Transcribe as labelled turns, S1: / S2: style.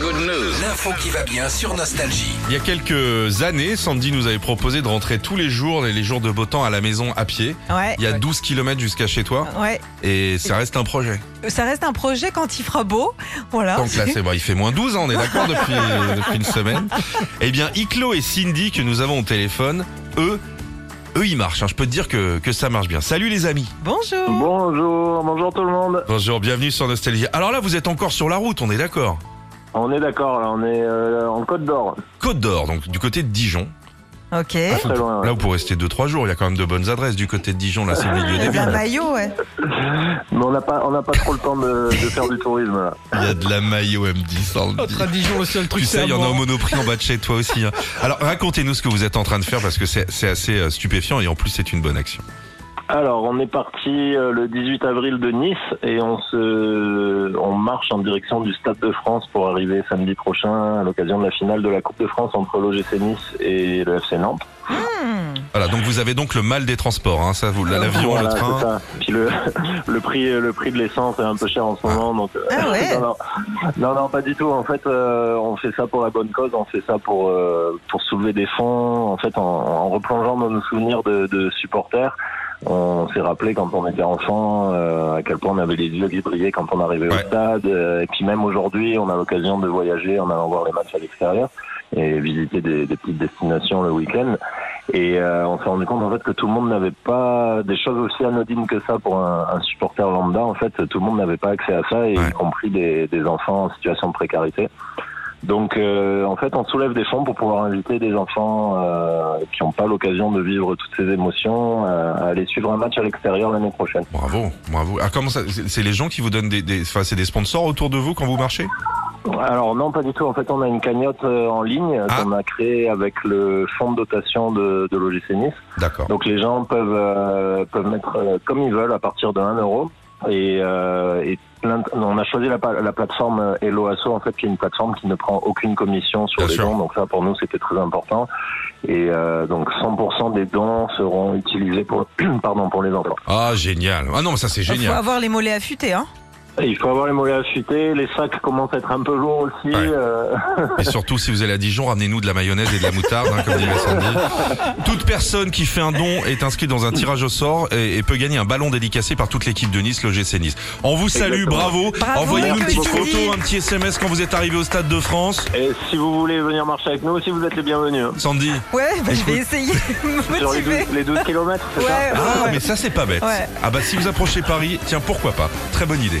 S1: Good news.
S2: L'info qui va bien sur Nostalgie.
S3: Il y a quelques années, Sandy nous avait proposé de rentrer tous les jours, les jours de beau temps, à la maison à pied.
S4: Ouais.
S3: Il y a 12 km jusqu'à chez toi
S4: Ouais,
S3: et ça reste un projet.
S4: ça reste un projet quand il fera beau. Voilà.
S3: Donc là, c'est bon, il fait moins 12, hein, on est d'accord depuis, depuis une semaine. Eh bien, Iclo et Cindy que nous avons au téléphone, eux, eux, ils marchent. hein. Je peux te dire que, que ça marche bien. Salut les amis.
S4: Bonjour.
S5: Bonjour, bonjour tout le monde.
S3: Bonjour, bienvenue sur Nostalgie. Alors là, vous êtes encore sur la route, on est d'accord
S5: On est d'accord, là, on est euh, en Côte d'Or,
S3: Côte d'Or, donc du côté de Dijon.
S4: Ok.
S3: Ah,
S5: pas très loin. ouais.
S3: Là, vous pouvez rester 2-3 jours, il y a quand même de bonnes adresses du côté de Dijon, là, c'est le milieu des
S4: Dans un
S3: villes.
S4: Eh maillot, ouais.
S5: Mais on n'a pas, on n'a pas trop le temps de, de faire du tourisme. Là.
S3: Il y a de la maillot, elle me dit, ça, on le dit.
S6: Autre à Dijon, le seul truc,
S3: Tu sais,
S6: c'est
S3: il y en a
S6: un
S3: au
S6: banc.
S3: monoprix en bas de chez toi aussi. hein. Alors, racontez-nous ce que vous êtes en train de faire parce que c'est c'est assez euh, stupéfiant et en plus, c'est une bonne action.
S5: Alors, on est parti euh, le 18 avril de Nice et on se, on marche en direction du Stade de France pour arriver samedi prochain à l'occasion de la finale de la Coupe de France entre l'OGC Nice et le FC Nantes.
S4: Hmm.
S3: Voilà, donc vous avez donc le mal des transports, hein, ça, vous, l'avion,
S5: Ah, Voilà,
S3: le
S5: c'est
S3: train.
S5: ça. Puis le, le prix, le prix de l'essence est un peu cher en ce moment, donc. euh,
S4: Ah ouais.
S5: non, non, non, non, pas du tout. En fait, euh, on fait ça pour la bonne cause, on fait ça pour euh, pour soulever des fonds. En fait, en, en replongeant dans nos souvenirs de, de supporters, on s'est rappelé quand on était enfant euh, à quel point on avait les yeux qui brillaient quand on arrivait
S3: Ouais.
S5: au stade. Euh, et puis même aujourd'hui, on a l'occasion de voyager en allant voir les matchs à l'extérieur et visiter des, des petites destinations le week-end. Et euh, on s'est rendu compte en fait que tout le monde n'avait pas des choses aussi anodines que ça pour un, un supporter lambda. En fait, tout le monde n'avait pas accès à ça, et
S3: Ouais.
S5: y compris des, des enfants en situation de précarité. Donc, euh, en fait, on soulève des fonds pour pouvoir inviter des enfants euh, qui n'ont pas l'occasion de vivre toutes ces émotions euh, à aller suivre un match à l'extérieur l'année prochaine.
S3: Bravo, bravo. Ah, comment ça c'est- C'est les gens qui vous donnent des, des, enfin, c'est des sponsors autour de vous quand vous marchez
S5: Alors non, pas du tout. En fait, on a une cagnotte euh, en ligne
S3: Ah.
S5: qu'on a créée avec le fonds de dotation de, de l'OGC Nice.
S3: D'accord.
S5: Donc les gens peuvent euh, peuvent mettre euh, comme ils veulent à partir de 1 euro et, euh, et plein de- on a choisi la, pa- la plateforme euh, Hello Asso en fait qui est une plateforme qui ne prend aucune commission sur
S3: Bien
S5: les
S3: sûr.
S5: dons donc ça pour nous c'était très important et euh, donc 100% des dons seront utilisés pour pardon pour les enfants.
S3: Ah, génial. Ah non, mais ça, c'est
S4: Faut
S3: génial.
S4: avoir les mollets affûtés, hein.
S5: Et il faut avoir les mollets affûtés, les sacs commencent à être un peu lourds aussi.
S3: Ouais.
S5: euh,
S3: Et surtout, si vous allez à Dijon, ramenez-nous de la mayonnaise et de la moutarde, hein, comme dirait Sandy. Toute personne qui fait un don est inscrite dans un tirage au sort et, et peut gagner un ballon dédicacé par toute l'équipe de Nice, le GC Nice. On vous salue,
S5: Exactement.
S3: bravo.
S4: Bravo,
S3: Envoyez-nous une
S4: merci
S3: petite
S4: beaucoup.
S3: photo, un petit SMS quand vous êtes arrivé au Stade de France.
S5: et si vous voulez venir marcher avec nous aussi, vous êtes les bienvenus. hein.
S3: Sandy.
S4: Ouais, bah, je vais essayer de me
S5: Sur les
S4: motiver.
S5: 12, les 12 kilomètres, c'est
S4: Ouais,
S5: ça
S4: ouais,
S3: Ah,
S4: ouais.
S3: mais ça, c'est pas bête.
S4: Ouais.
S3: Ah bah, si vous approchez Paris, tiens, pourquoi pas. Très bonne idée.